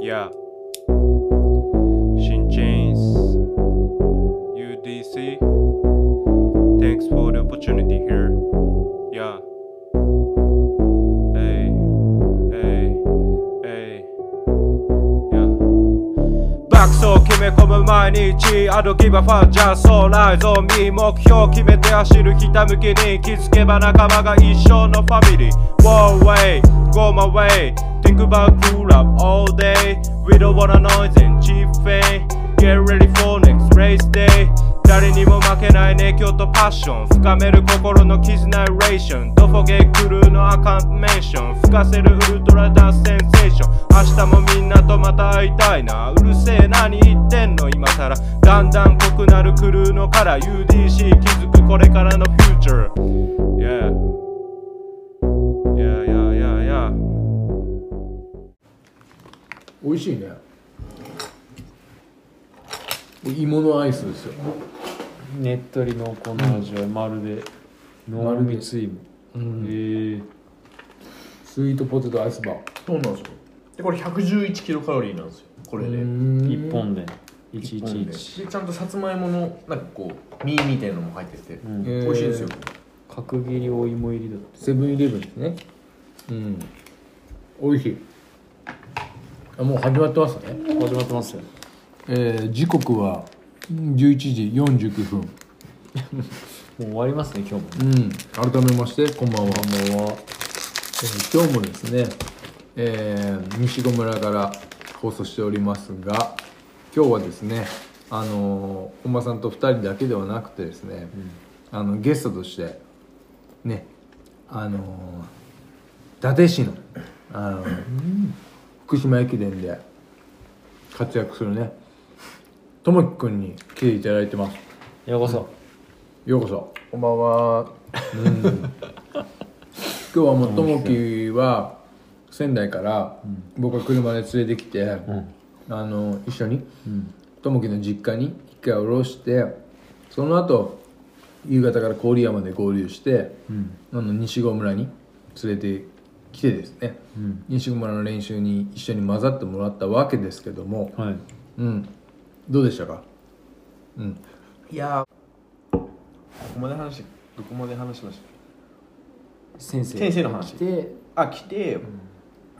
Yeah. Shin Chains. UDC. Thanks for the opportunity here. Yeah. Hey. Hey. Hey. Yeah. 爆走を決め込む毎日 I don't give a fuck just so nice on me 目標を決めて走るひたむきに気づけば仲間が一緒のファミリー One way, go my way Think about cool up all day We don't wanna noise and cheap fame Get ready for next race day 誰にも負けない熱狂とパッション深める心の絆レーションドフォゲクルーのアカンメーション吹かせるウルトラダンスセンセーション明日もみんなとまた会いたいなうるせえ何言ってんの今さらだんだん濃くなるクルーのカラー UDC 気づくこれからのフューチャー Yeah Yeah yeah yeah yeah 美味しいね芋のアイスですよねっとり濃厚な味わい、まるで濃密芋えースイートポテトアイスバーそうなんですよでこれ111キロカロリーなんですよこれで、一本で一本でで111ちゃんとさつまいものなんかこう実みたいなのも入ってて、ん美味しいんですよ角切りお芋入りだってセブンイレブンですねうん美味しいあもう始まってますね始まってますよえー、時刻はうん11時49分もう終わりますね今日もうん改めましてこんばんは、えこんばんはー今日もですねえー、西小村から放送しておりますが今日はですねあのー、本間さんと2人だけではなくてですね、あのゲストとしてねあのー、伊達市のあのー福島駅伝で活躍するねともきくんに来ていただいてますようこそようこそこんばんは今日はもうともきは仙台から僕が車で連れてきて、あの一緒にともきの実家に一回下ろしてその後夕方から郡山で合流して、あの西郷村に連れてきてですね、西郷村の練習に一緒に混ざってもらったわけですけども、はいうん、どうでしたか、うん、いやーここまで話しどこまで話しましたっ先生先生の話来てけあ来て、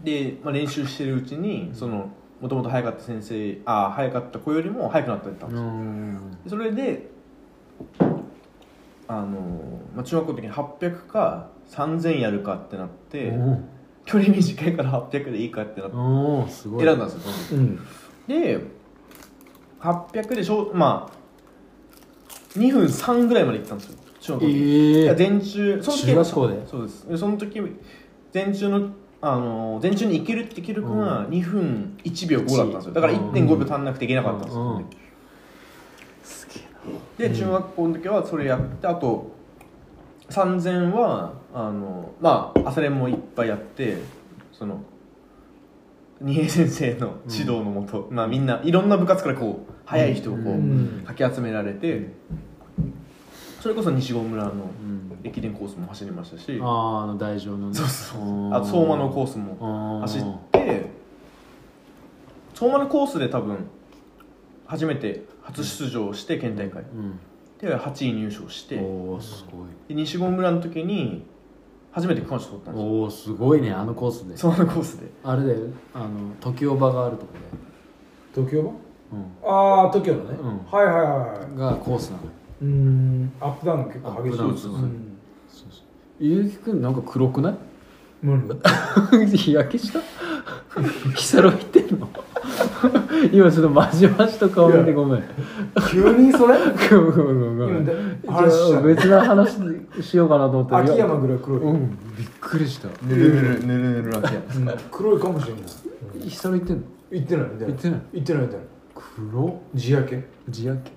で、まあ、練習してるうちにそのもともと早かった先生あ早かった子よりも早くなってたんですよんでそれであの、まあ、中学校の時に800か3000やるかってなって、距離短いから800でいいかってなっておおすごい選んだんですようん、で800でしょまあ2分3ぐらいまで行ったんですよ中学校の時いや全中その時中学校でそうですでその時全中のあの全中に行けるって記録が2分1秒5だったんですよだからうん1.5秒足んなくていけなかったんですよ、うんうんで中学校の時はそれやってあと3000はあのまあ朝練もいっぱいやってその二平先生の指導のもと、まあみんないろんな部活からこう早い人をこんうかき集められて、それこそ西郷村の駅伝コースも走りましたし、あーあの大丈のねそうそうそうあと相馬のコースもー走って相馬のコースで多分初めて初出場して県大会うんで8位入賞しておおすごいで西郷村の時に初めて区間賞取ったんですよおおすごいねあのコースで相馬のコースであれだよあの時おばがあるとこ東京版ろああ東京のね、うんはいはいはいはいでがコースなのようーんアップダウンが結ア構ップ激しダいウンですそうそうゆうきくんなんか黒くないうん 日焼けした日サロ行ってんの今ちょっとまじまじと顔見てごめん急にそれごめんごめんごめんごめ今んでじ話しゃちゃあう別な話しようかなと思った秋山いぐらい黒い、やうんびっくりしたぬるぬるぬるぬるなってうん黒いかもしれない日サロ行ってんの言ってないみたいな行ってない言ってないみたいな黒地焼け地焼け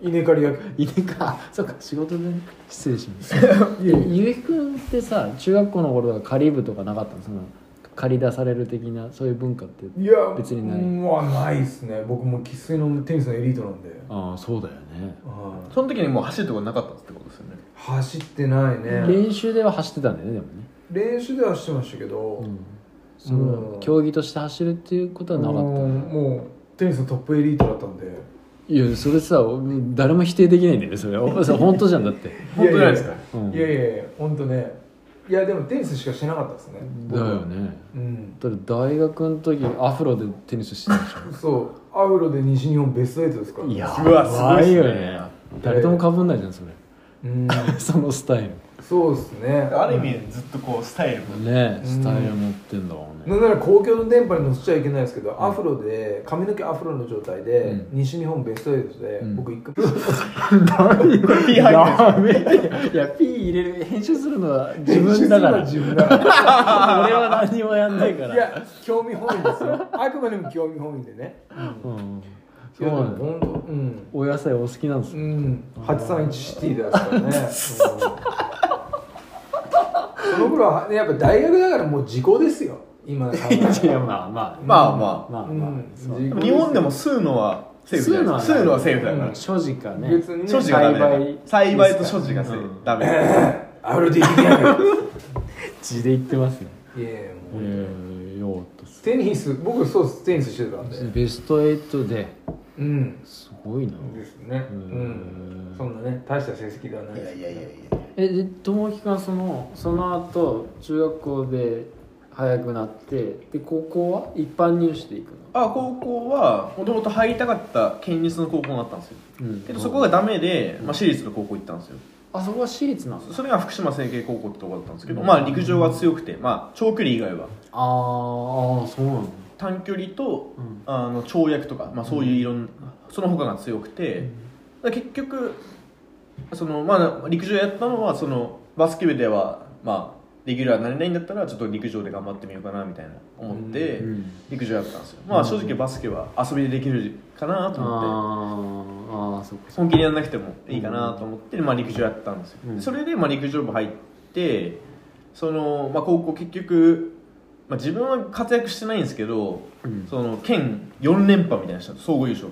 稲刈り焼けいねか そっか仕事でね失礼しましたゆうきくんってさ中学校の頃とかカリブとかなかったのその借り出される的なそういう文化っていや別にないもうないですね僕も生粋のテニスのエリートなんでああそうだよねうんその時にもう走るとこなかったってことですよね走ってないね練習では走ってたんだよねでもね練習ではしてましたけど、そのうん競技として走るっていうことはなかった、うんもうテニスのトップエリートだったんでいやそれさ誰も否定できないんだよねそれおさ本当じゃんだって、本当じゃないですかうん、いやいやいや本当ねいやでもテニスしかしてなかったですねだよねうんだって大学の時アフロでテニスしてたでしそうアウロで西日本ベスト8ですからょいやうわすごいっすねよね誰ともかぶんないじゃんそれうんそのスタイルそうですねある意味ずっとこうスタイルもねうんスタイル持ってんだもんねなんなら公共の電波に乗せちゃいけないですけど、アフロで髪の毛アフロの状態で、うん西日本ベスト8で、うん僕一 回いピー入やめていや P 入れる編集するのは自分だから自分だから俺は何もやんないからいや興味本位ですよあくまでも興味本位でね、うんうん、いそうやでなもんだ本当うんお野菜お好きなんですうねん831シティですからね、うんその頃は、ね、やっぱ大学だからもう時効ですよ 今考えたらいやまあまあまあままあうんまあ、そう時効あす日本でも吸うのはセーフじゃないです吸か吸ううののははセーフだから所持かね別にね所持がダメだから栽培栽培と所持がセーフダメアフロでいけない地で言ってますねいやいやもうええよかったっすテニス僕そうですテニスしてたんでベスト8でうんすごいなですねうんそんなね大した成績ではないですいやいやいやえで友樹がそのその後中学校で早くなってで高校は一般入試でいくのあ高校はもともと入りたかった県立の高校だったんですようんけどそこがダメで、まあ、私立の高校行ったんですよあそこは私立なんですそれが福島成形高校ってとこだったんですけど、まあ陸上が強くて、まあ、長距離以外はあーあーそうなんだ短距離とうんあの跳躍とか、まあ、そういういろんな、その他が強くて、だから結局その、まあ、陸上やったのはそのバスケ部では、まあ、レギュラーになれないんだったらちょっと陸上で頑張ってみようかなみたいな思って、うん陸上やったんですよ、まあ正直バスケは遊びでできるかなと思って。あーあーそっかそっか本気でやんなくてもいいかなと思って、まあ、陸上やったんですよ、うんそれで、まあ、陸上部入ってその、まあ、高校結局、まあ、自分は活躍してないんですけど、うんその県4連覇みたいな人総合優勝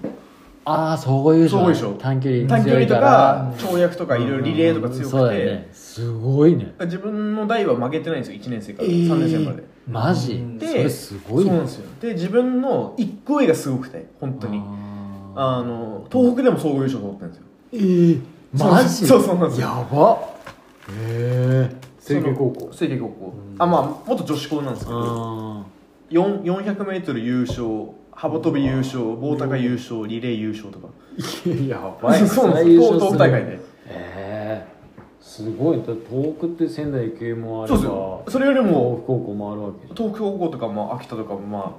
ああ総合優勝だね総合優勝短距離短距離強といらか跳躍とかいろいろリレーとか強くて、そうだよねすごいね自分の代は負けてないんですよ1年生から3年生まで、マジうんそれすごいそうねなんですよで自分の1個上がすごくて本当にああの東北でも総合優勝取ってるんですよーええマジそうそうそうなんですよやばへえ成蹊高校成蹊高校、あまあ元女子校なんですけどあ 400m 優勝幅跳び優勝棒高優勝リレー優勝とかーやばい そうなんですよ東東大会でええすごいだって東北って仙台系もあればそうですよそれより東も北高校もあるわけじゃん東京高校とか、まあ、秋田とか、ま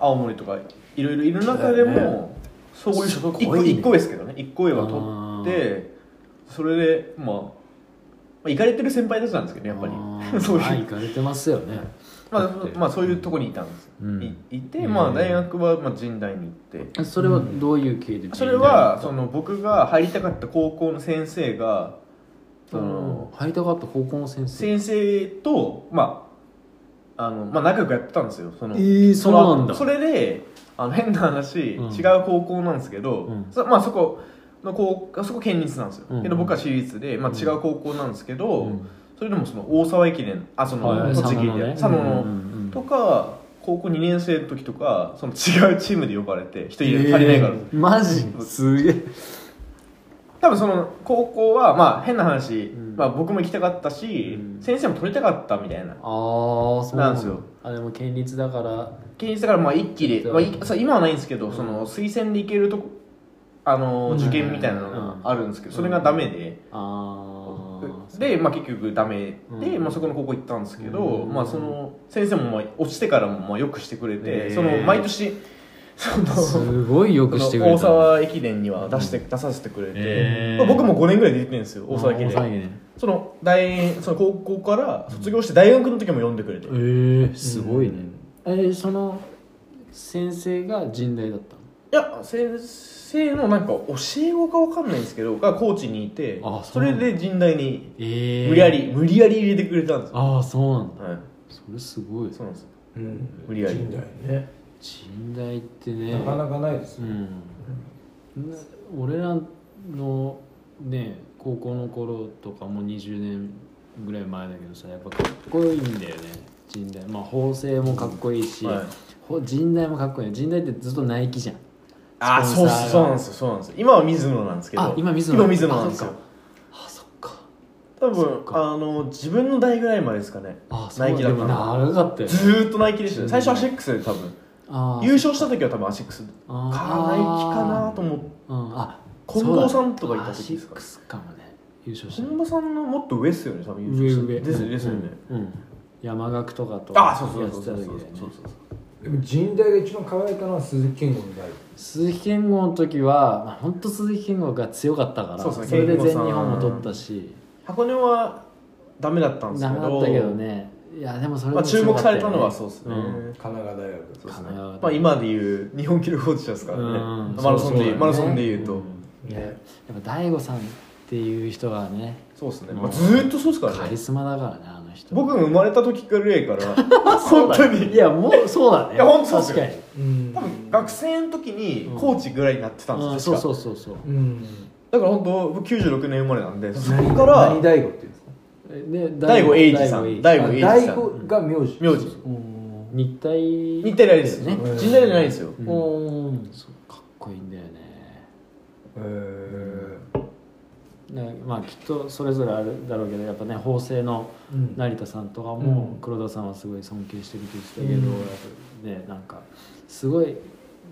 あ、青森とかいろいろいる中でも、そうだそういうすごいね1個一個上ですけどね1個上は取ってそれでまあまあ行かれてる先輩たちなんですけどねやっぱありー そういう、まあ行かれてますよねまだってあ、まあそういうとこにいたんですよ、うんいいて、まあ、大学は、まあ、神代に行って、それはどういう経緯でそれはその僕が入りたかった高校の先生がその入りたかった高校の先生先生とまああのまあ仲良くやってたんですよそのええそうなんだそれであの変な話、うん違う高校なんですけど、うんそまあそこの高校そこ県立なんですよ、うんけど僕は私立で、まあ、違う高校なんですけど、うんそれでもその大沢駅伝あそはいはのい栃木佐野のでね佐野のうんうんうんとか高校2年生の時とかその違うチームで呼ばれて人足りないから、マジすげえ多分その高校はまあ変な話、んまあ、僕も行きたかったし、うん先生も取りたかったみたいあなあそうなんですよあでも県立だから県立だからまあ一期で、そうまあ、いそう今はないんですけど、その推薦で行けるとこあのー受験みたいなのがあるんですけど、それがダメで、ああで、まあ、結局ダメで、うんまあ、そこの高校行ったんですけど、うんまあ、その先生もまあ落ちてからもまあよくしてくれて、へーその毎年そのすごいよくしてそくのれ大た沢駅伝には出して、出させてくれて、へーまあ僕も5年ぐらいで出てるんですよ大沢駅大伝駅伝その大その高校から卒業して大学の時も読んでくれて、ええすごいねえその先生が神大だったいや先生のなんか教え子かわかんないんですけどがコーチにいてあそそうなれんだで神大にえ無理やり、無理やり入れてくれたんですよああそうなんだはいそれすごいそうなんですうん無理やり神代ね神大ってねなかなかないですうよんな俺らのね高校の頃とかもう20年ぐらい前だけどさやっぱかっこいいんだよね人大まあ縫製もかっこいいし、うんはいほ人大もかっこいい人大ってずっとナイキじゃんあースそポンうサーがそうなんですよそうなんですよ今は水野なんですけどあ今水野今水野なんですあよあそっか多そっ分かあの自分の代ぐらいまでですかねあそうナイキだでったもら長かったよね ずーっとナイキでしたね最初アシックスで多分あー優勝した時は多分アシックスかナイキあーかなと思ってうんあ近藤さんとかいた時時でですかか6かもね優勝した本間さんのもっと上っすよね多分優勝上上ですよねですよねうん、山岳とかとあそうそうそうそやうってそた時だようねそうそうでも人大が一番輝いたのは鈴木健吾の代鈴木健吾の時は、まあ、本当鈴木健吾が強かったからそうそうれで全日健吾さん本も取ったし箱根はダメだったんですなけかどったけどねいやでもそれでまあ、も注強か目っよされねたのはそうですね、うん神奈川大学そうですね神奈川まあ今でいう日本記録保持者ですからね、うんマラそうソンでそうだよ言うねマラソンで言うと、いややっぱ大悟さんっていう人がねそうですね、まあ、ずーっとそうですからカねリスマだからねあの人僕が生まれた時からいか ら本当にいやもうそうだねいや本当そうっす確よかにうん多分学生の時にうんコーチぐらいになってたんですうんよ、確そうかそうそうそううんだから本当僕96年生まれなんでそこ何から何大悟っていうんですかで大悟英二さん大大悟英二さん悟が名字名字うん日体日体大ですねうん人大じゃないんですようんそうかっこいいんだよねへーねまあきっとそれぞれあるだろうけどやっぱね法政のうん成田さんとかうもん黒田さんはすごい尊敬してるって言ってたけど、うんやっぱねなんかすごい、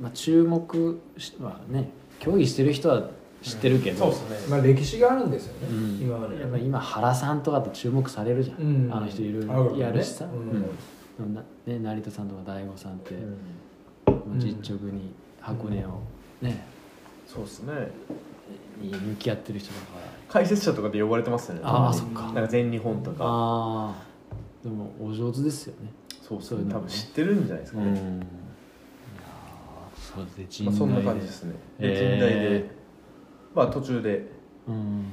まあ、注目しまあね競技してる人は知ってるけど、そうですねまあ歴史があるんですよねうん今までやっぱ今原さんとかって注目されるじゃん、うんあの人いろいあろやるしさ、うんでもなね、成田さんとか大悟さんって、んもう実直に箱根をね、そうですねに向き合ってる人だから解説者とかで呼ばれてますよねああたそまっにかなんか全日本とかああでもお上手ですよねそうそそうういうの多も分ね知ってるんじゃないですかね、いやーそれで人まあ、内そんな感じですねでへ近ー代でまあ途中でうん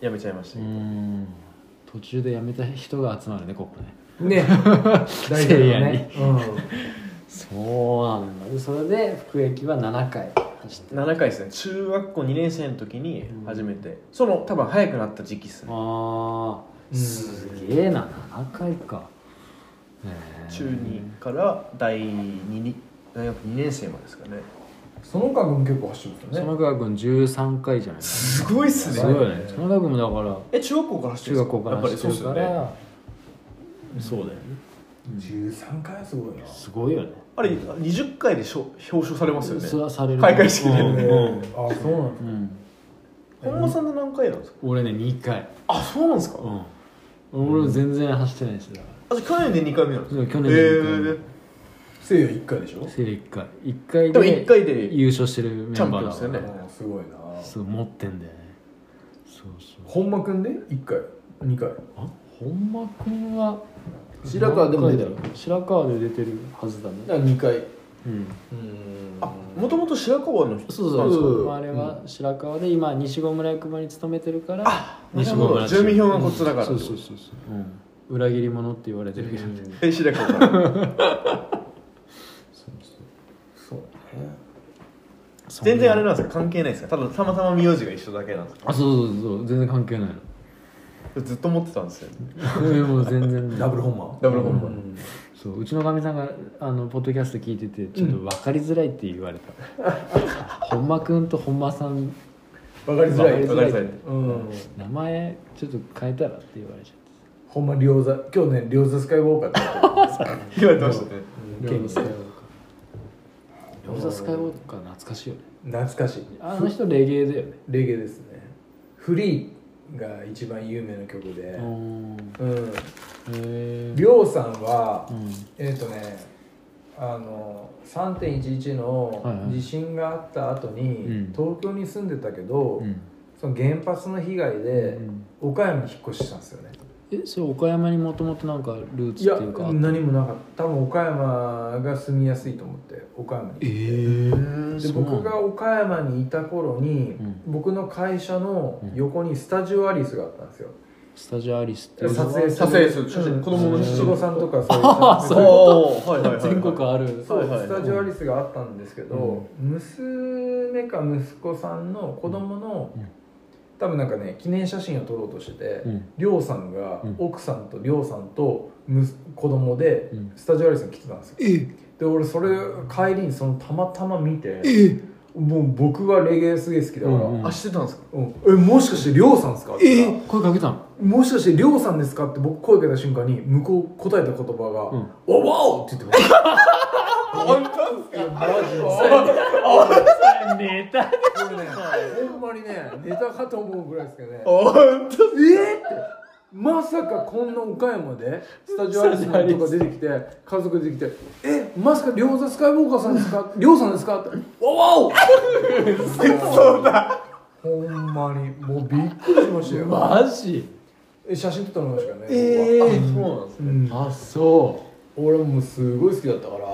辞めちゃいましたうけどん途中で辞めた人が集まるねここね ね大丈夫ねうそうなんだそれで服役は7回走ってあ7回ですね中学校2年生の時に初めて、その多分早くなった時期ですねあーうんすげえな7回かねえ中2から第2に大学2年生までですかねんその間も結構走ってますよね園川君13回じゃないすすごいっすごいよね園川君もだからえ中学校から走って中る学ん校かですらやっぱ走りってそうっるすかよねらそうだよね13回はすごいなすごいよねあれ20回でしょ表彰されますよねそれはされる開会式でうんうんあそうなんですうん本間さんで何回なんですか俺ね2回あそうなんですかうん俺全然走ってないですだかあじゃあ去年で2回目なんですらか去え年のーせいや1回でしょせいで1回1回でも1で回で優勝してるメンバチャンピーオンだですかよらねうんすごいなそう持ってんだよねそうそう本間くんで1回2回あ本間君は白川でも出てる何回だろう白川で出てるはずだねだから2回ううんーんあもともと白川の人そうなそんうですそかう、あれは白川で今西郷村役場に勤めてるからあな西る郷ほど村住民票がこっちだからそうそうそうそう、うん、裏切り者って言われてるけど、え白川からそうだねそんな全然あれなんですか関係ないですかただたまたま名字が一緒だけなんですかあそうそうそう全然関係ない のずっと持ってたんですよねえもう全然ないダブル本ダブルホーム間うランんそううちのかみさんがあのポッドキャスト聞いててちょっと分かりづらいって言われた、本間くんと本間さんわかりづわらかいりづらいですねうん名前ちょっと変えたらって言われちゃっほんま両座今日ね両座スカイウォーカーって言われてましたね言ってるうんケニースカイウォーた餃子スカイウォーカー懐かしいよねカー懐かしいあの人レゲエだよねレゲエですねフリーが一番有名な曲でうんうんへりょうさんは、うんえっ、とねあの3.11はいはのい地震があった後に、うん東京に住んでたけど、うんその原発の被害で、うん岡山に引っ越したんですよねえそれ岡山にもともとなんかルーいツやっていうか何もなかった多分岡山が住みやすいと思って岡山にでえそうなんだ僕が岡山にいた頃に、ん僕の会社の横にスタジオアリスがあったんですよ、スタジオアリスっていう撮影す撮る影する写真うん子供の写真七五三とかそういうあーそうおーはいはいはいはい全国あるそう、はいはいスタジオアリスがあったんですけど、娘か息子さんの子供の、うん多分なんかね記念写真を撮ろうとしててうんりょうさんが、うん奥さんとりょうさんと息子供でうんスタジオアリスに来てたんですよ、で俺それ帰りにそのたまたま見てもう僕はレゲエすげえ好きだから、うんうんあ知ってたんですか、うんえもしかしてりょうさんですかって言ったら声かけたのもしかしてりょうさんですかって僕声かけた瞬間に向こう答えた言葉が「うんおわお!」って言ってましたネタこれねほんまにねネタかと思うぐらいですけどね本当えっってまさかこんな岡山でスタジオアリスマンとか出てきて家族出てきて「えまさか両座スカイウォーカーさんですか両さんですか?」って「わおわお!」そうだほんまにもうびっくりしましたよマジえ写真撮ってもらいましたけどねえ僕はー、そうなんですうねんあそ俺もすごい好きだったから、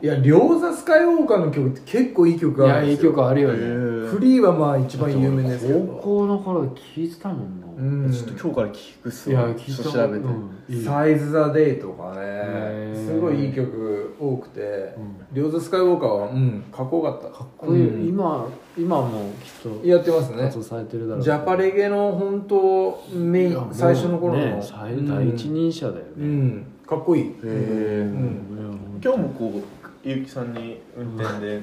いや両座スカイウォーカーの曲って結構いい曲ういがあやるいんでいすよ曲あるよへねーフリーはまあ一番有名ですけ高ど、校の頃聴いてたもんな、うん、ちょっと今日から聞くっすいやわ聞いちたょっもとん調べて、うんいいサイズ・ザ・デイとかへねーすごいいい曲多くてん「両、座、スカイウォーカーは」うんかっこよかったかっこういう、ん、今今はもうきっとやってますね活動されてるだろうねジャパレゲの本当メイン最初の頃の、ね最第一人者だようね、んかっこいい、へうーん、うん今日もこうゆうきさんに運転で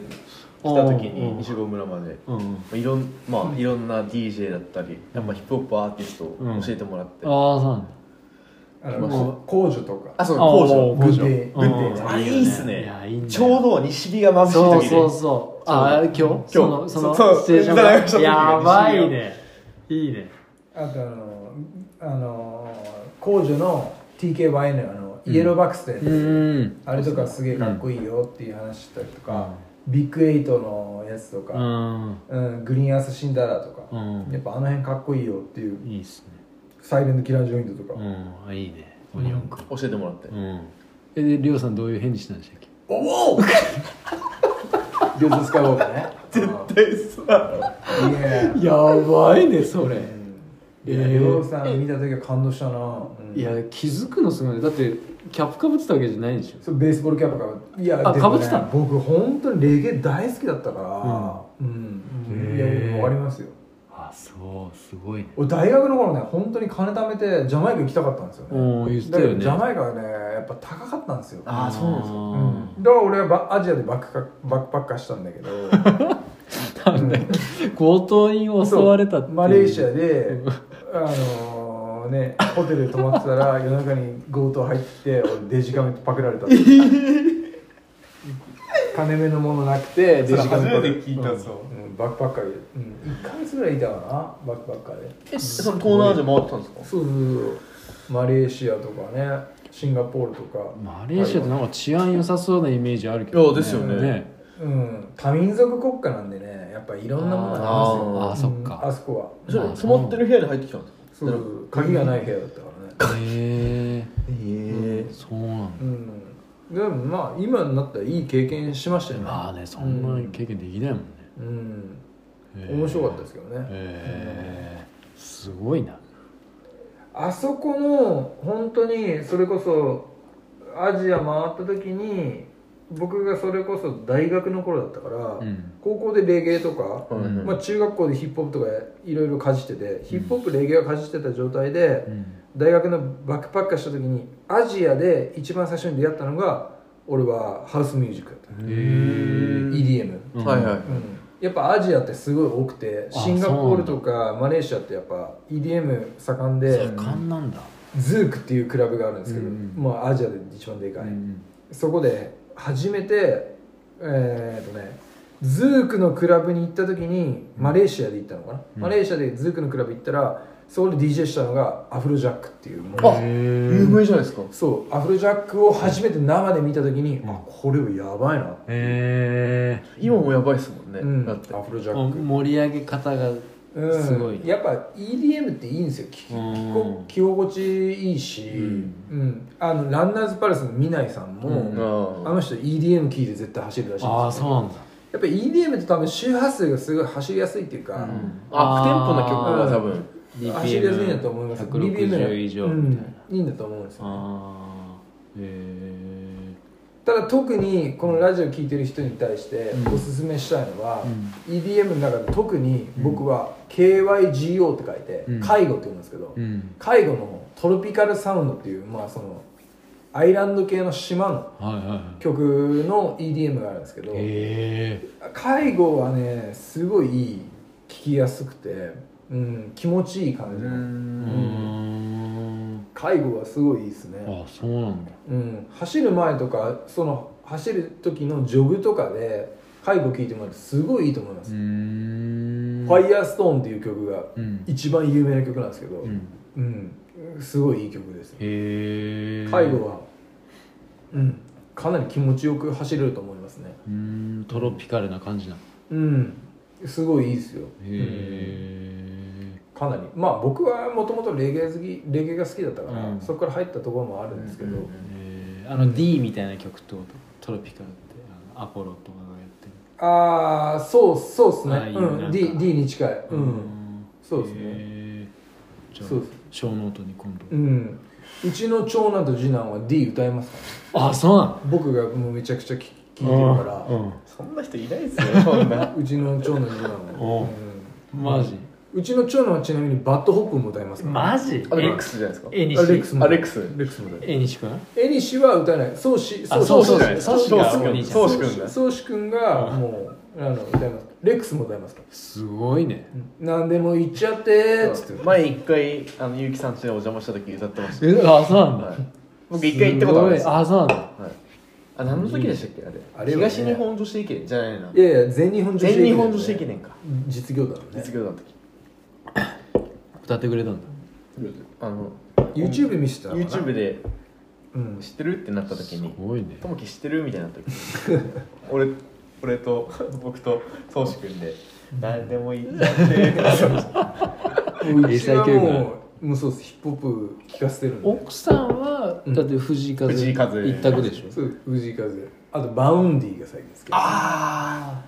来た時うにん西郷村までうんいろんまあいろんな DJ だったりやっぱヒップホップアーティストを教えてもらっああて、そうなんだあの工女とかあそうあ工工場場グッデイうんグッデイあいいっすねいやいいんだよちょうど西日が眩しい時そうでそうそうああ今日今日そのそのそうステーションいただきましたがやばいねいいねあとあのあの工女の TKYN のあのイエローバックスで、うんあれとかすげえかっこいいよっていう話したりとか、ビッグエイトのやつとうか、んうんグリーンアスシンダラとか、うんやっぱあの辺かっこいいよっていういいっすねサイレントキラージョイントとか、うんいいねオニオン君教えてもらって、うんえでりょうさんどういう返事したんでしたっけおお両手使おうかね絶対さいややばいねそれいやえー両さん見た時は感動したな、うんいや気づくのすごいねだってキャップかぶってたわけじゃないんでしょそうベースボールキャップかいやあでかもぶっねてたの僕本当にレゲエ大好きだったからうん、へーいやいやわかりますよあそうすごいね俺大学の頃ね本当に金貯めてジャマイカ行きたかったんですよねおお言ってただけよどねジャマイカはねやっぱ高かったんですよあーそうなんですかうんだから俺はバアジアでバックカバックパッカーしたんだけどうん強盗に襲われたっていうマレーシアであのーねホテルで泊まってたら夜中に強盗入ってきて俺デジカメパクられた金目のものなくてデジカメパク聞いたぞ、うんバックパッカーで、うん、1ヶ月ぐらいいたかなバックパッカーでえその東南アジア回ってたんですかそうそうそうマレーシアとかねシンガポールとかマレーシアってなんか治安良さそうなイメージあるけど、いやですよねうん、多民族国家なんでねやっぱいろんなものがありあーあーますそよ、っかうんあそこはそれ染まってる部屋に入ってきたんですかそうそうそう鍵がない部屋だったからねへえええそうなんだうんでもまあ今になったらいい経験しましたよね、まあねそんな経験できないもんねうん、へー面白かったですけどね、へえすごいなあそこの本当にそれこそアジア回った時に僕がそれこそ大学の頃だったから、うん高校でレゲエとか、うんまあ、中学校でヒップホップとかいろいろかじっててヒップホップレゲエをかじってた状態で、うん大学のバックパッカーした時にアジアで一番最初に出会ったのが俺はハウスミュージックだった、へえ EDM、うんはいはい、うんやっぱアジアってすごい多くてあシンガポールとかマレーシアってやっぱ EDM 盛んで盛んなんだズークっていうクラブがあるんですけど、うんまあアジアで一番でかい、うんそこで初めてえーっとねズークのクラブに行った時にマレーシアで行ったのかな、マレーシアでズークのクラブ行ったらそこで DJ したのがアフロジャックっていうものあ有名じゃないですかそうアフロジャックを初めて生で見た時に、あこれはやばいな、へえ今もやばいっすもんね、うんだってアフロジャック、盛り上げ方がうん、すごいねやっぱ EDM っていいんですよ聞き聞こうん着心地いいし、うんあのランナーズパレスのミナイさんも、ああの人 EDM 聴いて絶対走るらしいんですよああそうなんだやっぱ EDM って多分周波数がすごい走りやすいっていうか、アップテンポな曲あーが多分走りやすいんだと思います BPM160 以上みたいな、うんいいんだと思うんですよあーへただ特にこのラジオ聴いてる人に対しておすすめしたいのは、EDM の中で特に僕は KYGO って書いて、うん介護って言うんですけど、えうん介護のトロピカルサウンドっていうまあそのアイランド系の島のはいはいはい曲の EDM があるんですけど、え介護はねすごいいい聞きやすくて、うん、気持ちいい感じの、え介護はすごいいいですね、あそうなんだうん、走る前とかその走る時のジョグとかで介護聴いてもらうとすごいいいと思います「んファイヤーストーンっていう曲がうん一番有名な曲なんですけど、うんうんすごいいい曲ですへえ介護は、うん、かなり気持ちよく走れると思いますねうんトロピカルな感じなへうんすごいいいですよ、うんえかなりまあ僕はもともとレゲエ好きレゲエが好きだったから、うんそこから入ったところもあるんですけど、うんうんうんあの D みたいな曲ってことトロピカルってあのアポロとかがやってるああそうそうですああねい、いねうん、なん D, か D に近いうん、そうですねねじゃあそうです小ノートに今度うん、うちの長男と次男は D 歌えますからあそうなの僕がもうめちゃくちゃ聞聞いてるから、そんな人いないですよ そんなうちの長男次男おうは、マジうん、うちの長男はちなみにバッドホップも歌えますからマジあレックスじゃないですかえにあレックスもあレックスレックスも歌えるえにし君えにしは歌えないそうしあそうそそううじじゃゃなないいでですすかかそうし君そうし君がそうし君がもうあの歌いますレックスも歌えますからすごいねうん何でも言っちゃってーっつって前一回あの結城さんちにお邪魔した時歌ってましたえあそうなんはだい僕一回行ったことあるんですよごいあそうなんだはいあ何の時でしたっけあれあれはね東日本女子駅伝じゃないないやいや全日本女子駅伝全日本女子駅伝か実業団のね実業団の時歌ってくれたんだあの YouTube 見せたのかな YouTube でうん知ってるってなった時にすごいね「ともき知ってる?」みたいな時俺俺と僕と宗志君で「何でもいい」って言ってもううちは英才教育だもうもうそうですヒップホップ聴かせてるんで奥さんはうんだって藤井風藤井風一択でしょそう藤井風あとバウンディが最近ですけどあ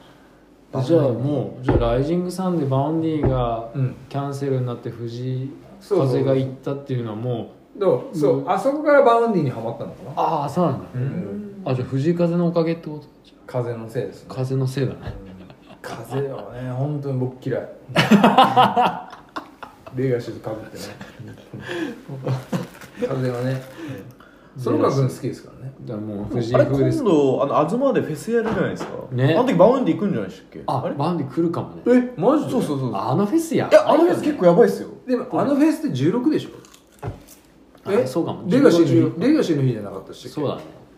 あじゃあもうじゃあ「ライジングサンデー」バウンディがうんキャンセルになって藤井そうそう風が行ったっていうのはもうどうそう、うあそこからバウンディにはまったのかな、ああそうなんだうん、あじゃあ藤井風のおかげってこと風のせいですね風のせいだね風はね本当に僕嫌いレガシーとかぶってね風はねその君好きですからねだからもう藤井あれ風です今度あの東でフェスやるじゃないですかねあの時バウンディ行くんじゃないでしたっけあバウンディ来るかもねえマジそうそうそうそうあのフェスやいやあのフェス結構やばいっすよでもあのフェスって16でしょあそうかもレガシ16ーのレガシーの日じゃなかったっけそうだ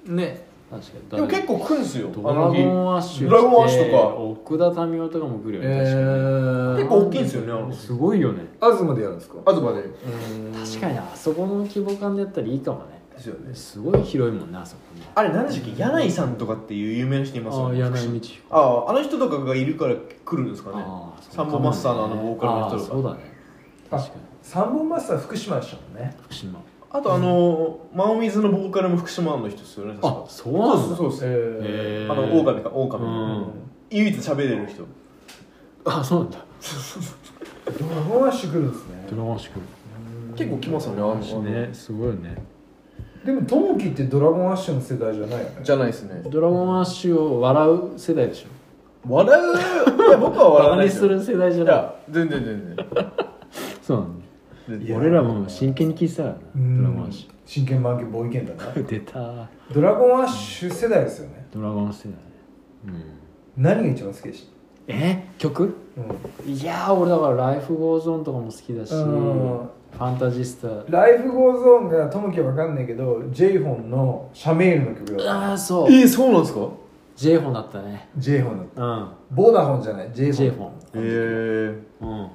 ねね確かにでも結構来るんすよあドラのゴ日ンアッシュドラゴンアッシ来てュと奥田民生とかも来るよえね確かにー、結構大きいんすよねあのすごいよね東でやるんですか東で確かにあそこの規模感でやったらいいかもねですよねすごい広いもんなあそこねあれ何でしたっけ柳井さんとかっていう有名な人いますあよあね柳井道彦あああの人とかがいるから来るんですかねああそうサンボマスターのあのボーカルの人あとあかそうだね確かに三本マスター福島でしたもんね福島あとあの、マンウィズのボーカルも福島の人ですよね確あかそうなんそだうそうそうですえへえあのオオカミかオオカミうん唯一喋れる人あそうなんだー、ドラゴンアッシュ来るんですねドラゴンアッシュ来る結構来ますよねあのあのねすごいよねでもトモキってドラゴンアッシュの世代じゃないよねじゃないですねドラゴンアッシュを笑う世代でしょ笑ういや僕は笑バカわないにですすよる世代じゃいないや全然全然そうなん全だ然俺らも真剣に聞いてたからなドラゴンアッシ真剣満ンボーイケンだなュ出たドラゴンアッシュ世代ですよねドラゴン世代うん何が一番好きでしえ曲た、いやー俺だから「ライフゴーズオンとかも好きだし「うフんァンタジスタライフゴーゾーンがトモキは分かんないけど J ホンのシャメールの曲」だああそうえー、そうなんですか J ホンだったね J ホンだったうんボーダホンじゃない J ホン J ホンえー、うん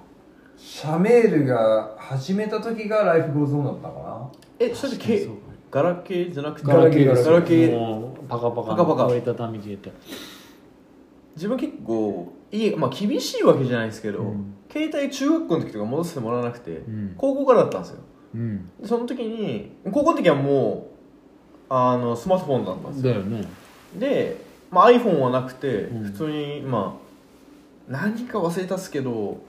シャメールが始めた時がライフゴーゾーンだったかえそれってけそうガラケーじゃなくてガラケーガガラケーラケーもうパカパカパカパカ折りたたみ消えて自分結構いいまあ厳しいわけじゃないですけど、うん携帯中学校の時とか戻してもらわなくて、ん高校からだったんですようんでその時に高校の時はもうあのスマートフォンだったんですだよよねで、まあ、iPhone はなくて、ん普通にまあ何か忘れたっすけど、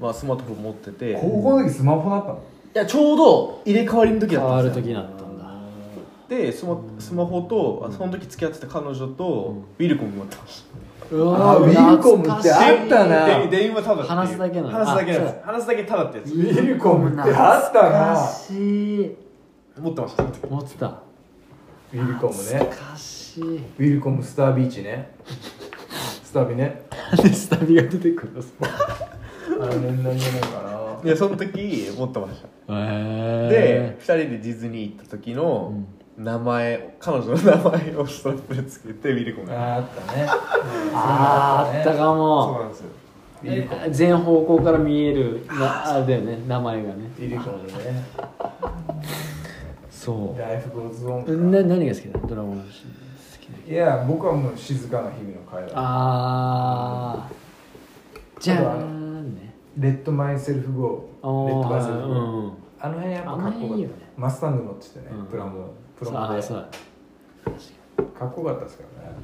まあ、スマートフォン持っててない高校の時スマホだったのやちょうど入れ替わりの時変だったわるんですよ時だったんだでスマスマホとあその時付き合ってた彼女と、ウィルコム持ってましたうあウィルコムってあったなで電話ただっていう話すだけなの話すだけなんあでそす話すだけただってやつウィルコムってあったなしい持ってました持ってたウィルコムねかしいウィルコムスタービーチねスタビねなんでスタビが出てくるのへあれ年代じゃないかいやその時持ってましたえで2人でディズニー行った時の名前、彼女の名前をストラップでつけてウィルコムがなあったねあーあったかそうもなんですよ全方向から見えるなあれだよね名前がねウィルコムねそ大福のズボンうな何が好きだドラゴンのシーン好きないや僕はもう静かな日々の会話あーじゃーんねレッドマイセルフゴあーレッドマイセルフーゴうーんうんあの辺やっぱかっこあのよかっ辺いいよねたマスタング乗っててねうんプラモプそラうあモーでそうだかっこよかったですからね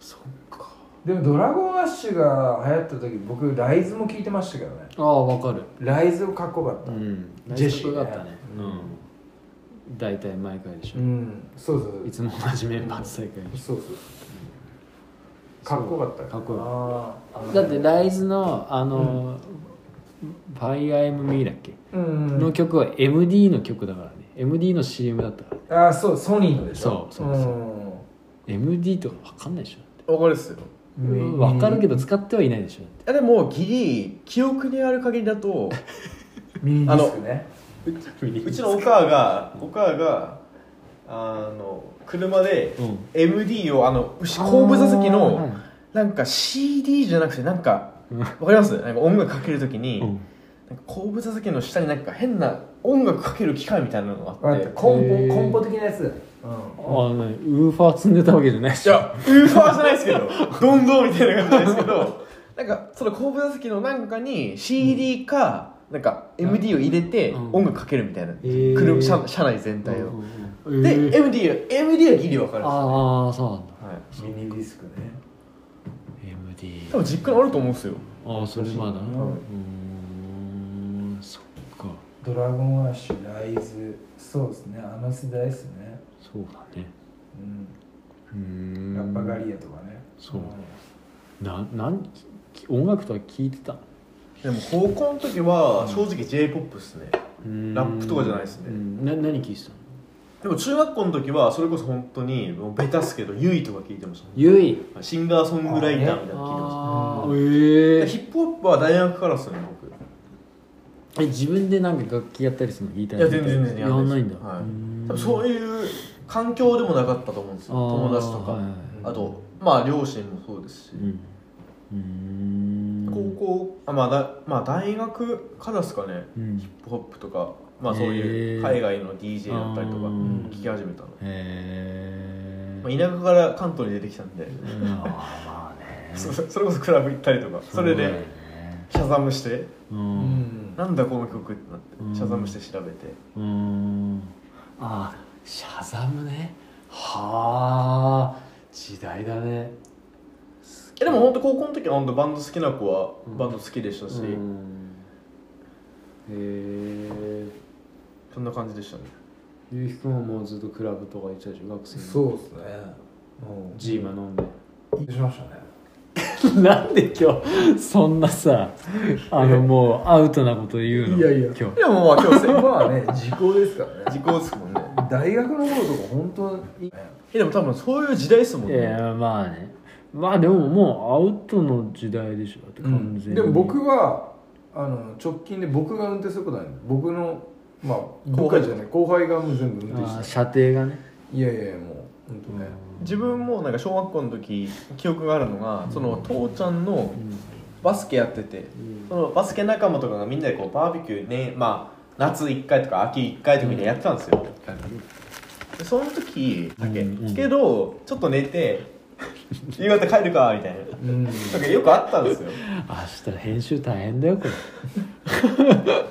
そっかでもドラゴンアッシュが流行った時僕ライズも聞いてましたけどねああわかるライズもかっこよかったんジジェェシシーねーだったねうん大体毎回でしうょんそうそうそういつも同じメンバーで大会でしそうそうかっこよかったよかっこよあーょだってライズのあの「ファイア ME」だっけうんの曲は MD の曲だからね MD の CM だったからねああそうソニーのでしょそうそうそうん MD とかわかんないでしょだわかるっすよってわかるけどど使ってはいないでしょだっていやでもギリ記憶にある限りだとミニディスクねうちのお母がお母があの車でうん MD をあの後後部座席あーのなんか CD じゃなくてなんかうんわかりますなんか音楽かけるときに、うんなんか後部座席の下になんか変な音楽かける機械みたいなのがあわっかってた根へ本ー根本的なやつうんあなウーファー積んでたわけじゃないじゃあウーファーじゃないですけどどんどんみたいな感じなんですけどなんかその後部座席のなんかに CD か、なんか MD を入れてうん音楽かけるみたいな、ー車車車内全体を、うんで、えー MD は MD はギリわかるんですよああそうなんだはいミニディスクね MD 多分実家にあると思うんですよああそれまだなううんーんそっかドラゴンアッシュライズそうですねあの世代ですねそうだねううんーんラッパガリアとかねそうななんきき音楽とは聞いてたでも高校の時は正直 j p o p っすねララップとかじゃないっすねな何聞いてたのでも中学校の時はそれこそ本当にもうベタっすけどユイとか聞いてましゆいたシンガーソングライターみたいなの聞いてましあーあえたヒップホップは大学からっすね僕え自分でなんか楽器やったりするのギターいやみた全然全然やんないんだはいーうん多分そういう環境でもなかったと思うんですよあー友達とか、はいはいあとまあ両親もそうですし、うんうーん高校あ、まあ、だまあ大学からですかねうんヒップホップとかまあそういへうー海外の DJ だったりとかあー聞き始めたの、へまあ、田舎から関東に出てきたんで、えまあねそ それこそクラブ行ったりとかそれうだよでねシャザムしてううんんなんだこの曲ってなって、うんシャザムして調べてうーんあシャザムねはあ時代だねえでも本当高校の時は本当バンド好きな子はうんバンド好きでしたし、うんへえそんな感じでしたねゆうひくんはもうずっとクラブとか行ってたでしょ学生の時そうですねうんジーマ飲んで しましたねなんで今日そんなさあのもうアウトなこと言うのいやいや今日でもまあ今日今はね時効ですからね時効ですもんね大学の頃とか本当にえでも多分そういう時代ですもんいねやまあねまあでももうアウトの時代でしょだって完全に、でも僕はあの直近で僕が運転することない僕のまあ部後輩下じゃない後輩がもう全部運あ転ーして射程がねいやいやいやもう本当ね自分もなんか小学校の時記憶があるのがその父ちゃんのバスケやっててそのバスケ仲間とかがみんなでこうバーベキューねまあ夏1回とか秋1回とかみんなやってたんですよでその時だけうんうんけどちょっと寝て 夕方帰るかみたいなうんとかよくあったんですよ明日編集大変だよこ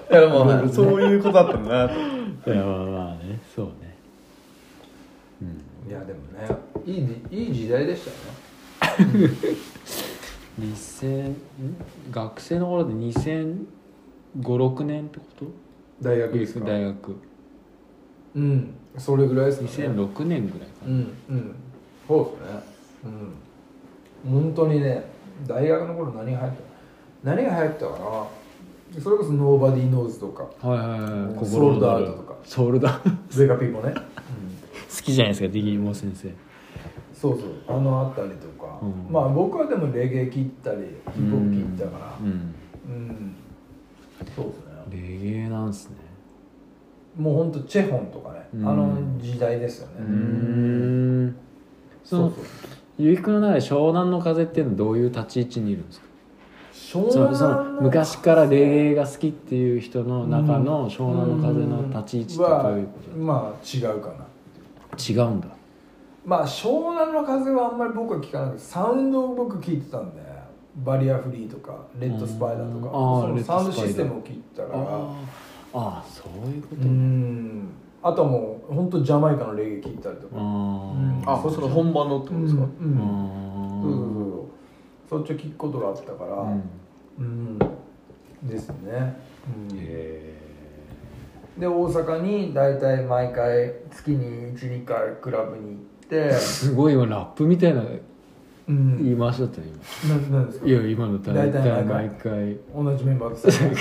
だからまあそういうことだったんだなとれいやまあまあねそうねいやでもねいいじいい時代でしたね2000ん学生の頃で200556年ってこと大学ですか大学うんそれぐらいですかね2006年ぐらいかうなんうんそうですねうん本当にね大学の頃何が流行った何が流行ったかなそれこそ「ノーバディーノーズ」とかはいはいはいソールドアウトとか ソールドアウト「ゼガピー」もね、きじゃないですかディギーモ先生そうそうあのあたりとか、うんまあ僕はでもレゲエ切ったりヒップホップ切ったからうんうん、そうですねレゲエなんすねもうほんとチェホンとかね、うんあの時代ですよね、うんそそうのそうゆうきくんの中で湘南の風っていうのはどういう立ち位置にいるんですか湘そ南のその昔からレゲエが好きっていう人の中の湘南の風の立ち位置ってどういうことはまあ違うかな違うんだまあ湘南の風はあんまり僕は聞かなくてサウンドを僕聞いてたんでバリアフリーとかレッドスパイダーとかうんあーレそのッドスサパイダーウンドシステムを聞いてたからあーあーそういうこうと、んあとはもう本当ジャマイカのレゲエ聞いたりとかあああその本番のってことうでんすか、うんそうそううそうそうそっちを聞くことがあったからんうん、ですね、うんへで大阪に大体毎回月に12回クラブに行ってえすごい今ラップみたいなうん言い回しだったね今ななんですかいや今の大大体体毎毎回同じメンバーです うん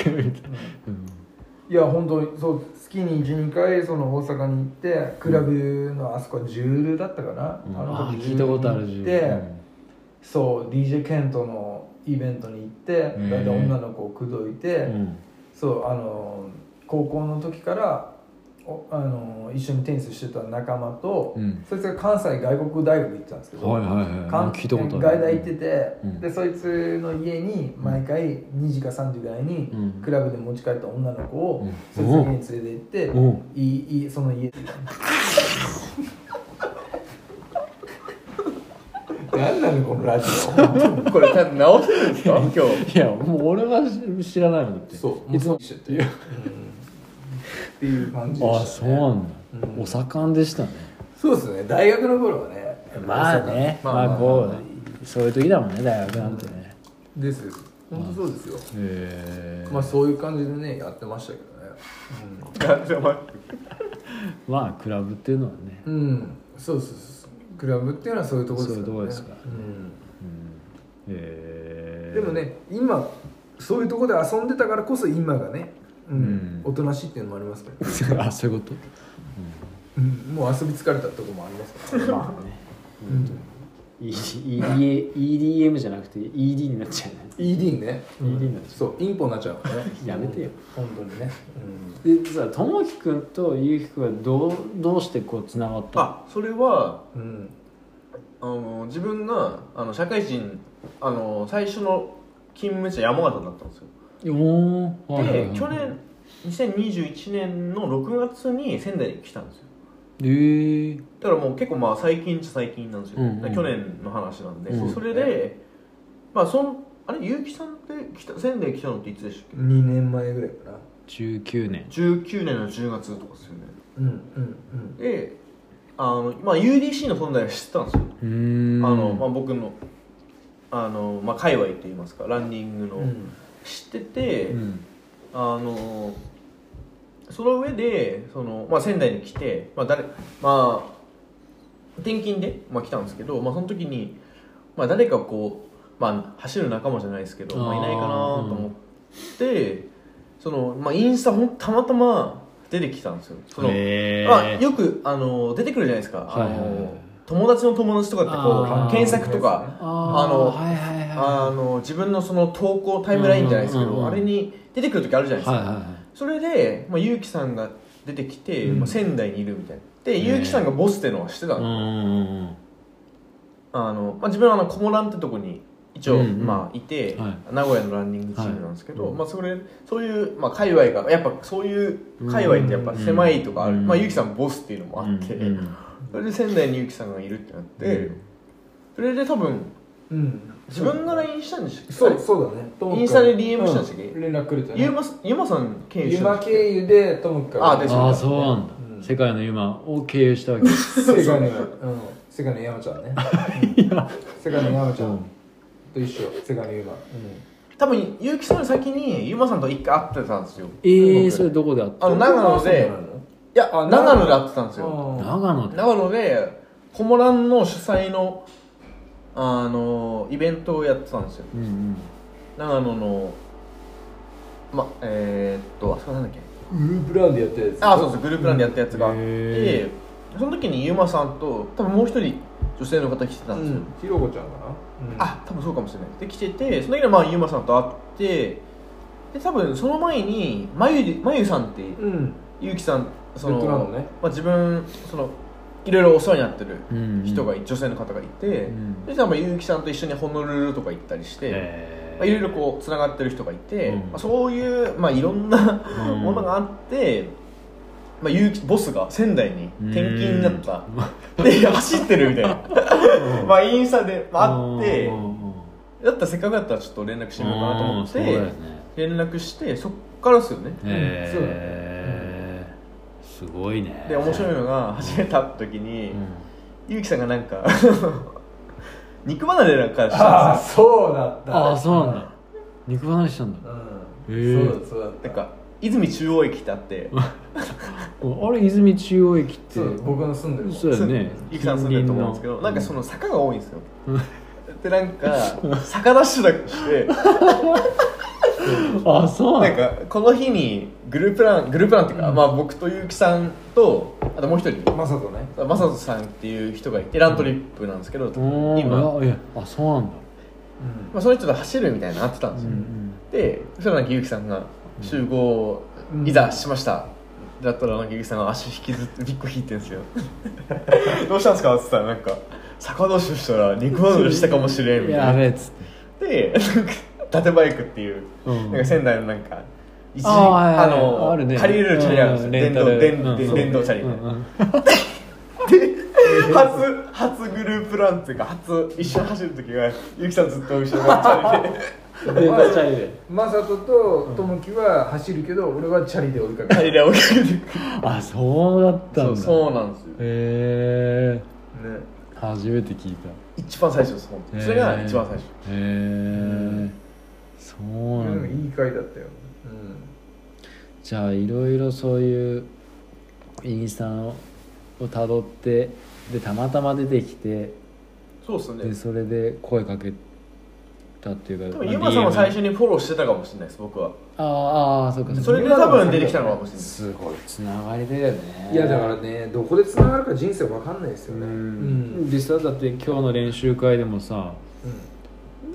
いや本当にそう月に12回その大阪に行ってクラブのあそこジュールだったかな、うんのあー聞いたことあるしで、そう DJ ケントのイベントに行ってー大体女の子を口説いて、うんそうあの高校の時からおあの一緒にテニスしてた仲間と、うんそいつが関西外国大学行ってたんですけど、はいはいはい関聞いたことある外大行ってて、うんでそいつの家に毎回2時か3時ぐらいにうんクラブで持ち帰った女の子を、うんそいつの家に連れて行って、おういいいいその家何なのこのラジオこれ多分直してるんですか今日いやもう俺は知らないもんだってそういつももうそうしててっていう感じでああしそたねうなんだ、お盛んでしたねそうですね大学の頃はねまあねままああ,、まあこうそういう時だもんね大学なんてね、ですです本当そうですよへえまあそういう感じでねやってましたけどねまあクラブっていうのはねうんそうそうそうクラブっていうのはそういうところですからねそういうとこですからねうんへえでもね今そういうところで遊んでたからこそ今がねうんうんおとなしいっていうのもありますけど、 あそういうこうん、もう遊び疲れたところもありますから、とまあね EDM じゃなくて ED になっちゃうね ED ね ED になっちゃそうインポになっちゃうからねうやめてよ本当にね、うんでさともきくんとゆうきくんはどうどうしてこうつながったのあそれはうん、あの自分があの社会人あの最初の勤務地は山形だったんですよおーはいはいではい去年2021年の6月に仙台に来たんですよへえだからもう結構まあ最近っちゃ最近なんですよ、うんうんだから去年の話なんで、うんそれでまあそんあれ結城さんって来た仙台来たのっていつでしたっ2年前ぐらいかな19年け19年の10月とかですよねうんうんうんであの、まあ、UDC の存在は知ってたんですよ、うーあんのまあ、僕のあの、まあ、界隈といいますかランニングの、うん知ってて、うんあのその上でその、まあ、仙台に来て、まあ誰まあ、転勤で、まあ、来たんですけど、まあ、その時に、まあ、誰かこう、まあ、走る仲間じゃないですけどあまあ、ーいないかなと思って、そのまあ、インスタほんたまたま出てきたんですよ。そのへえまあ、よくあの出てくるじゃないですか、はいはいはいあの友達の友達とかってこあうー検索とかああのーはいはいはいあの自分のその投稿タイムラインじゃないですけど、うんうんうんあれに出てくる時あるじゃないですか、はいはいはいそれで、まあ、ゆうきさんが出てきて、うんまあ、仙台にいるみたいなで、ねゆうきさんがボスってのは知ってたうの,、んうんあのまあ、自分はあのコモランってとこに一う応、んうんまあ、いて、は名古屋のランニングチームなんですけど、はいうんまあ、それそういう、まあ、界隈がやっぱそういう界隈ってやっぱ狭いとかある、うんまあ、ゆうきさんボスっていうのもあって、うんそれで仙台にゆうきさんがいるってなって、うんそれで多分うん自分が LINE したんでしたっけそうそうだねともかくインスタで DM したんでしたっけうん連絡くれたゆうねまゆまさん経由しゆたんまです経っけ由でともかあでああそうなんだ、うん世界の今を経由したわけです世界のうん世界の山ちゃんね世界の山ちゃんと一緒世界の山多分結城さんより先にゆまさんと一回会ってたんですよえー、それどこであったあのの長野でいやあ長野で会ってたんですよあ長野で長野でコモランの主催のあのイベントをやってたんですようんうん長野のまえー、っとあそこなんだっけウループランでやったやつあそうそうグループランでやったやつがあって、へその時にゆまさんと多分もう一人女性の方来てたんですよ、ひろこちゃんかあ多分そうかもしれないで来ててその時にまあゆまさんと会ってで多分その前にまゆまゆさんってうんうんゆうきさんそベのトナムのねまあ、自分そのいろいろお世話になってるうん人がい女性の方がいて、んで多分ゆうきさんと一緒にホノルルとか行ったりして、えまあ、いろいろこうつながってる人がいて、うんまあ、そういう、まあ、いろんなうんものがあって、まあ、ゆうきボスが仙台に転勤になった、で走ってるみたいなまあインスタで、まあ、あってだったらせっかくだったらちょっと連絡してみようかなと思っそうだよねて連絡してそっからですよねそうだねへえすごいねで面白いのが初めて会った時に、ゆうきさんがなんか肉離れなんかしたんあであそうだったああそうなんだ肉離れしたんだうんへえそうだそうだっすたよなんか泉中央駅ってあってあれ泉中央駅ってそう僕の住んでるそうだよねゆきさん住んでると思うんですけどなんかその坂が多いんですよでなんか坂ダッシュだけしてあそうななんんだかこの日にグループラングループランっていうか、まあ、僕とゆうきさんとあともう一人まさとねマサトさんっていう人がいてラントリップなんですけど、うん今、まあいやあそうなんだあ、その人と走るみたいになってたんですよ、でそしたらなんかゆうきさんが集合いざしました、だったらなんかゆうきさんが足引きずってびっこ引いてんです よどうしたんですかって言ったらなんか坂同士したら肉まんれしたかもしれんみたいなやべえっつってでなんか縦バイクっていう、うんなんか仙台のなんか一時あーはいはいあのるね借りれるチャリあるんですうよ、んレ電ンタ動ル電うん電電動チャリ、うんうん初初グループランっていうか初一緒に走る時がゆきさんずっと後ろにチャリで電動チャリでまさととともきは走るけど俺はチャリで追いかけチャるリで追いかけてくあそうだったんだそうなんですよへえね初めて聞いた一番最初です本当にそれが一番最初へえそうでなんもだいい回だったよじゃあいろいろそういうインスタをたどってでたまたま出てきてそうですでそれで声かけたっていう多か分ゆまさんも DM 最初にフォローしてたかもしれないです僕はああああそうかそれで多分出てきたのかもしれないすごいつながりだよねうんいやだからねどこでつながるか人生わかんないですよねうん実際だって今日の練習会でもさ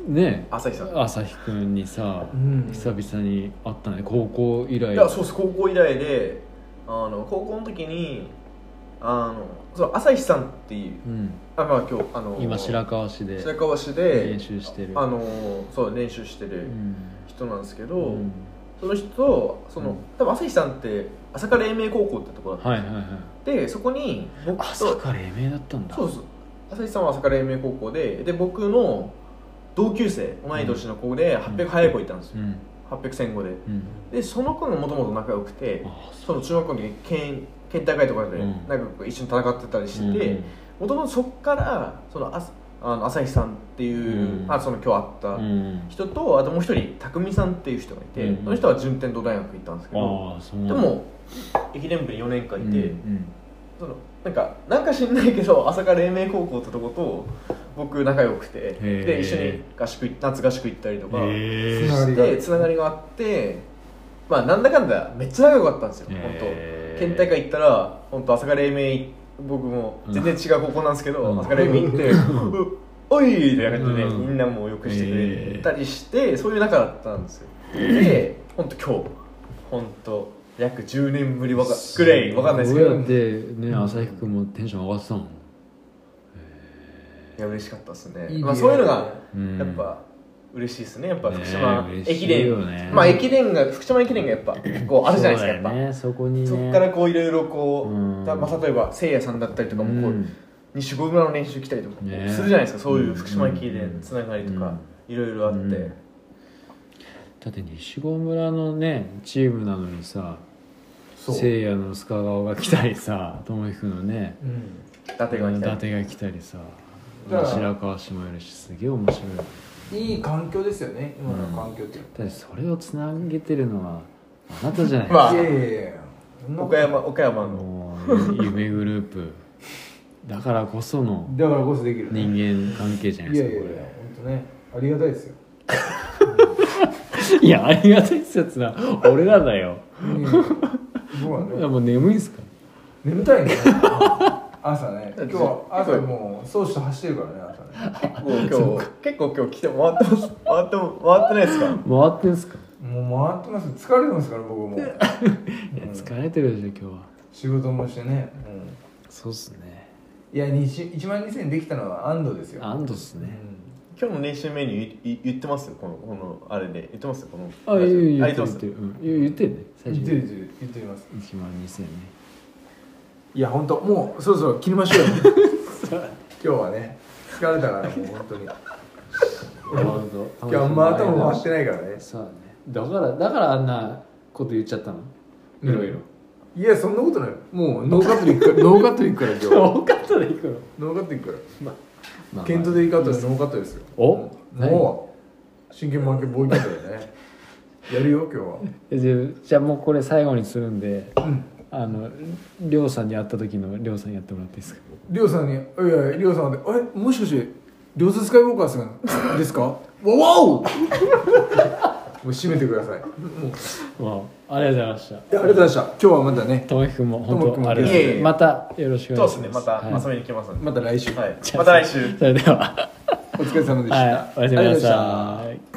ね朝日さんい朝日くんにさ、うん久々に会ったね高校以来やそうです高校以来であの高校の時にあのそう朝日さんっていううん、あまあ今日あの今白川市で白川市で練習してるあのそう練習してうるん人なんですけど、うんその人とその、うん多分朝日さんって朝霞黎明高校ってとこだった、はいはいはいでそこに僕と朝から英明だったんだそうです朝日さんは朝霞黎明高校でで僕の同級生同い年の子で800早い子いたんですよ、ん800 1500でうんでその子ももともと仲良くてあそその中学校の時に県県大会とかでうん仲良く一緒に戦ってたりうして、うんもともとそっからそのあすあの朝日さんっていう、うんあその今日会うったん人とあともう一人匠さんっていう人がいて、うんその人は順天堂大学行ったんですけど、ああそうなんだでも駅伝部に4年間いて、うんそのなんかなんか知んないけど朝霞黎明高校ってとこと僕仲良くてーで一緒に合宿い夏合宿行ったりとかへつながりがでつながりがあってまあなんだかんだめっちゃ仲良かったんですよ本へ当ー県大会行ったら本当朝霞黎明僕も全然違う高校なんですけど、うん朝霞黎明行って「うおい!」みたいな感じで、ねうんみんなもよくしてくれたりして、そういう仲だったんですよで本当今日本当約10年ぶりわかぐらいわかんないですけどそうやってね朝日くんもテンション上がってたもんいや嬉しかったですねいい出会いまあ、そういうのがうんやっぱ嬉しいですねやっぱね福島嬉し駅い伝、よねまあ駅伝が福島駅伝がやっぱこうあるじゃないですかやっそぱうだよねそこにねそこからこういろいろこう、うんだまあ、例えばせいやさんだったりとかもこう、うん西郷村の練習来たりとかもねするじゃないですか、そういう福島駅伝つながりとうかんいろいろあって、うんだって西郷村のねチームなのにさそうせいやの須賀川が来たりさ智彦のねうん伊達が来伊たり達が来たりさだから白川氏もいるしすげえ面白いだいい環境ですよね今の環境っていうってそれをつなげてるのはあなたじゃないまあのはいやいやいやそんなこと岡山岡山のもう夢グループだからこそのだからこそできる人間関係じゃないいやいでやいやすか本これ当ねありがたいですよいやありがたいっすよつな俺らだようん僕はねもう眠いんすか眠たいね朝ね今日は朝もうそうして走ってるからね朝ね結構今日結構今日来て回ってます回っても回ってないですか回ってんすかもう回ってます疲れてますから僕もうん疲れてるでしょ今日は仕事もしてね、うんそうっすねいやにし1万2000できたのは安藤ですよ、安堵っすうねん今日の練習メニューいい言ってますよこのこのあれで言ってますよこのあ、いやいやあ言言っる言っっててますてる、うん、言う言ってるね最言っ初てる言ってる言ってます1万2000ねいや本当もうそろそろ切りましょうよ 今日はね疲れたからもう本当 に今日あんま頭も回してないからねそうだねだからだからあんなこと言っちゃったのいろいろいやそんなことないもうノーカットでい くからノーカットでいくから今日多かったでいくのノーカットでいくからまあケントでいいカットでノーカットですよおもう真剣負けボイカットだよねやるよ今日はえじゃあじゃあもうこれ最後にするんで、んあのりょうさんに会った時のりょうさんやってもらっていいですかりょうさんに「いやいやりょうさんでえもしかしてりょうずスカイウォーカーさんですか?」わ わおもう締めてくださいもういわあありがとうございましたやありがとうございました今日はまたねともきくんもとも本きくん当もあれいえいえまたよろしくおそ願ういしまですすねまた遊びに来ますんでまた来週、はいまた来週それではお疲れ様でした、はいおやすみなさい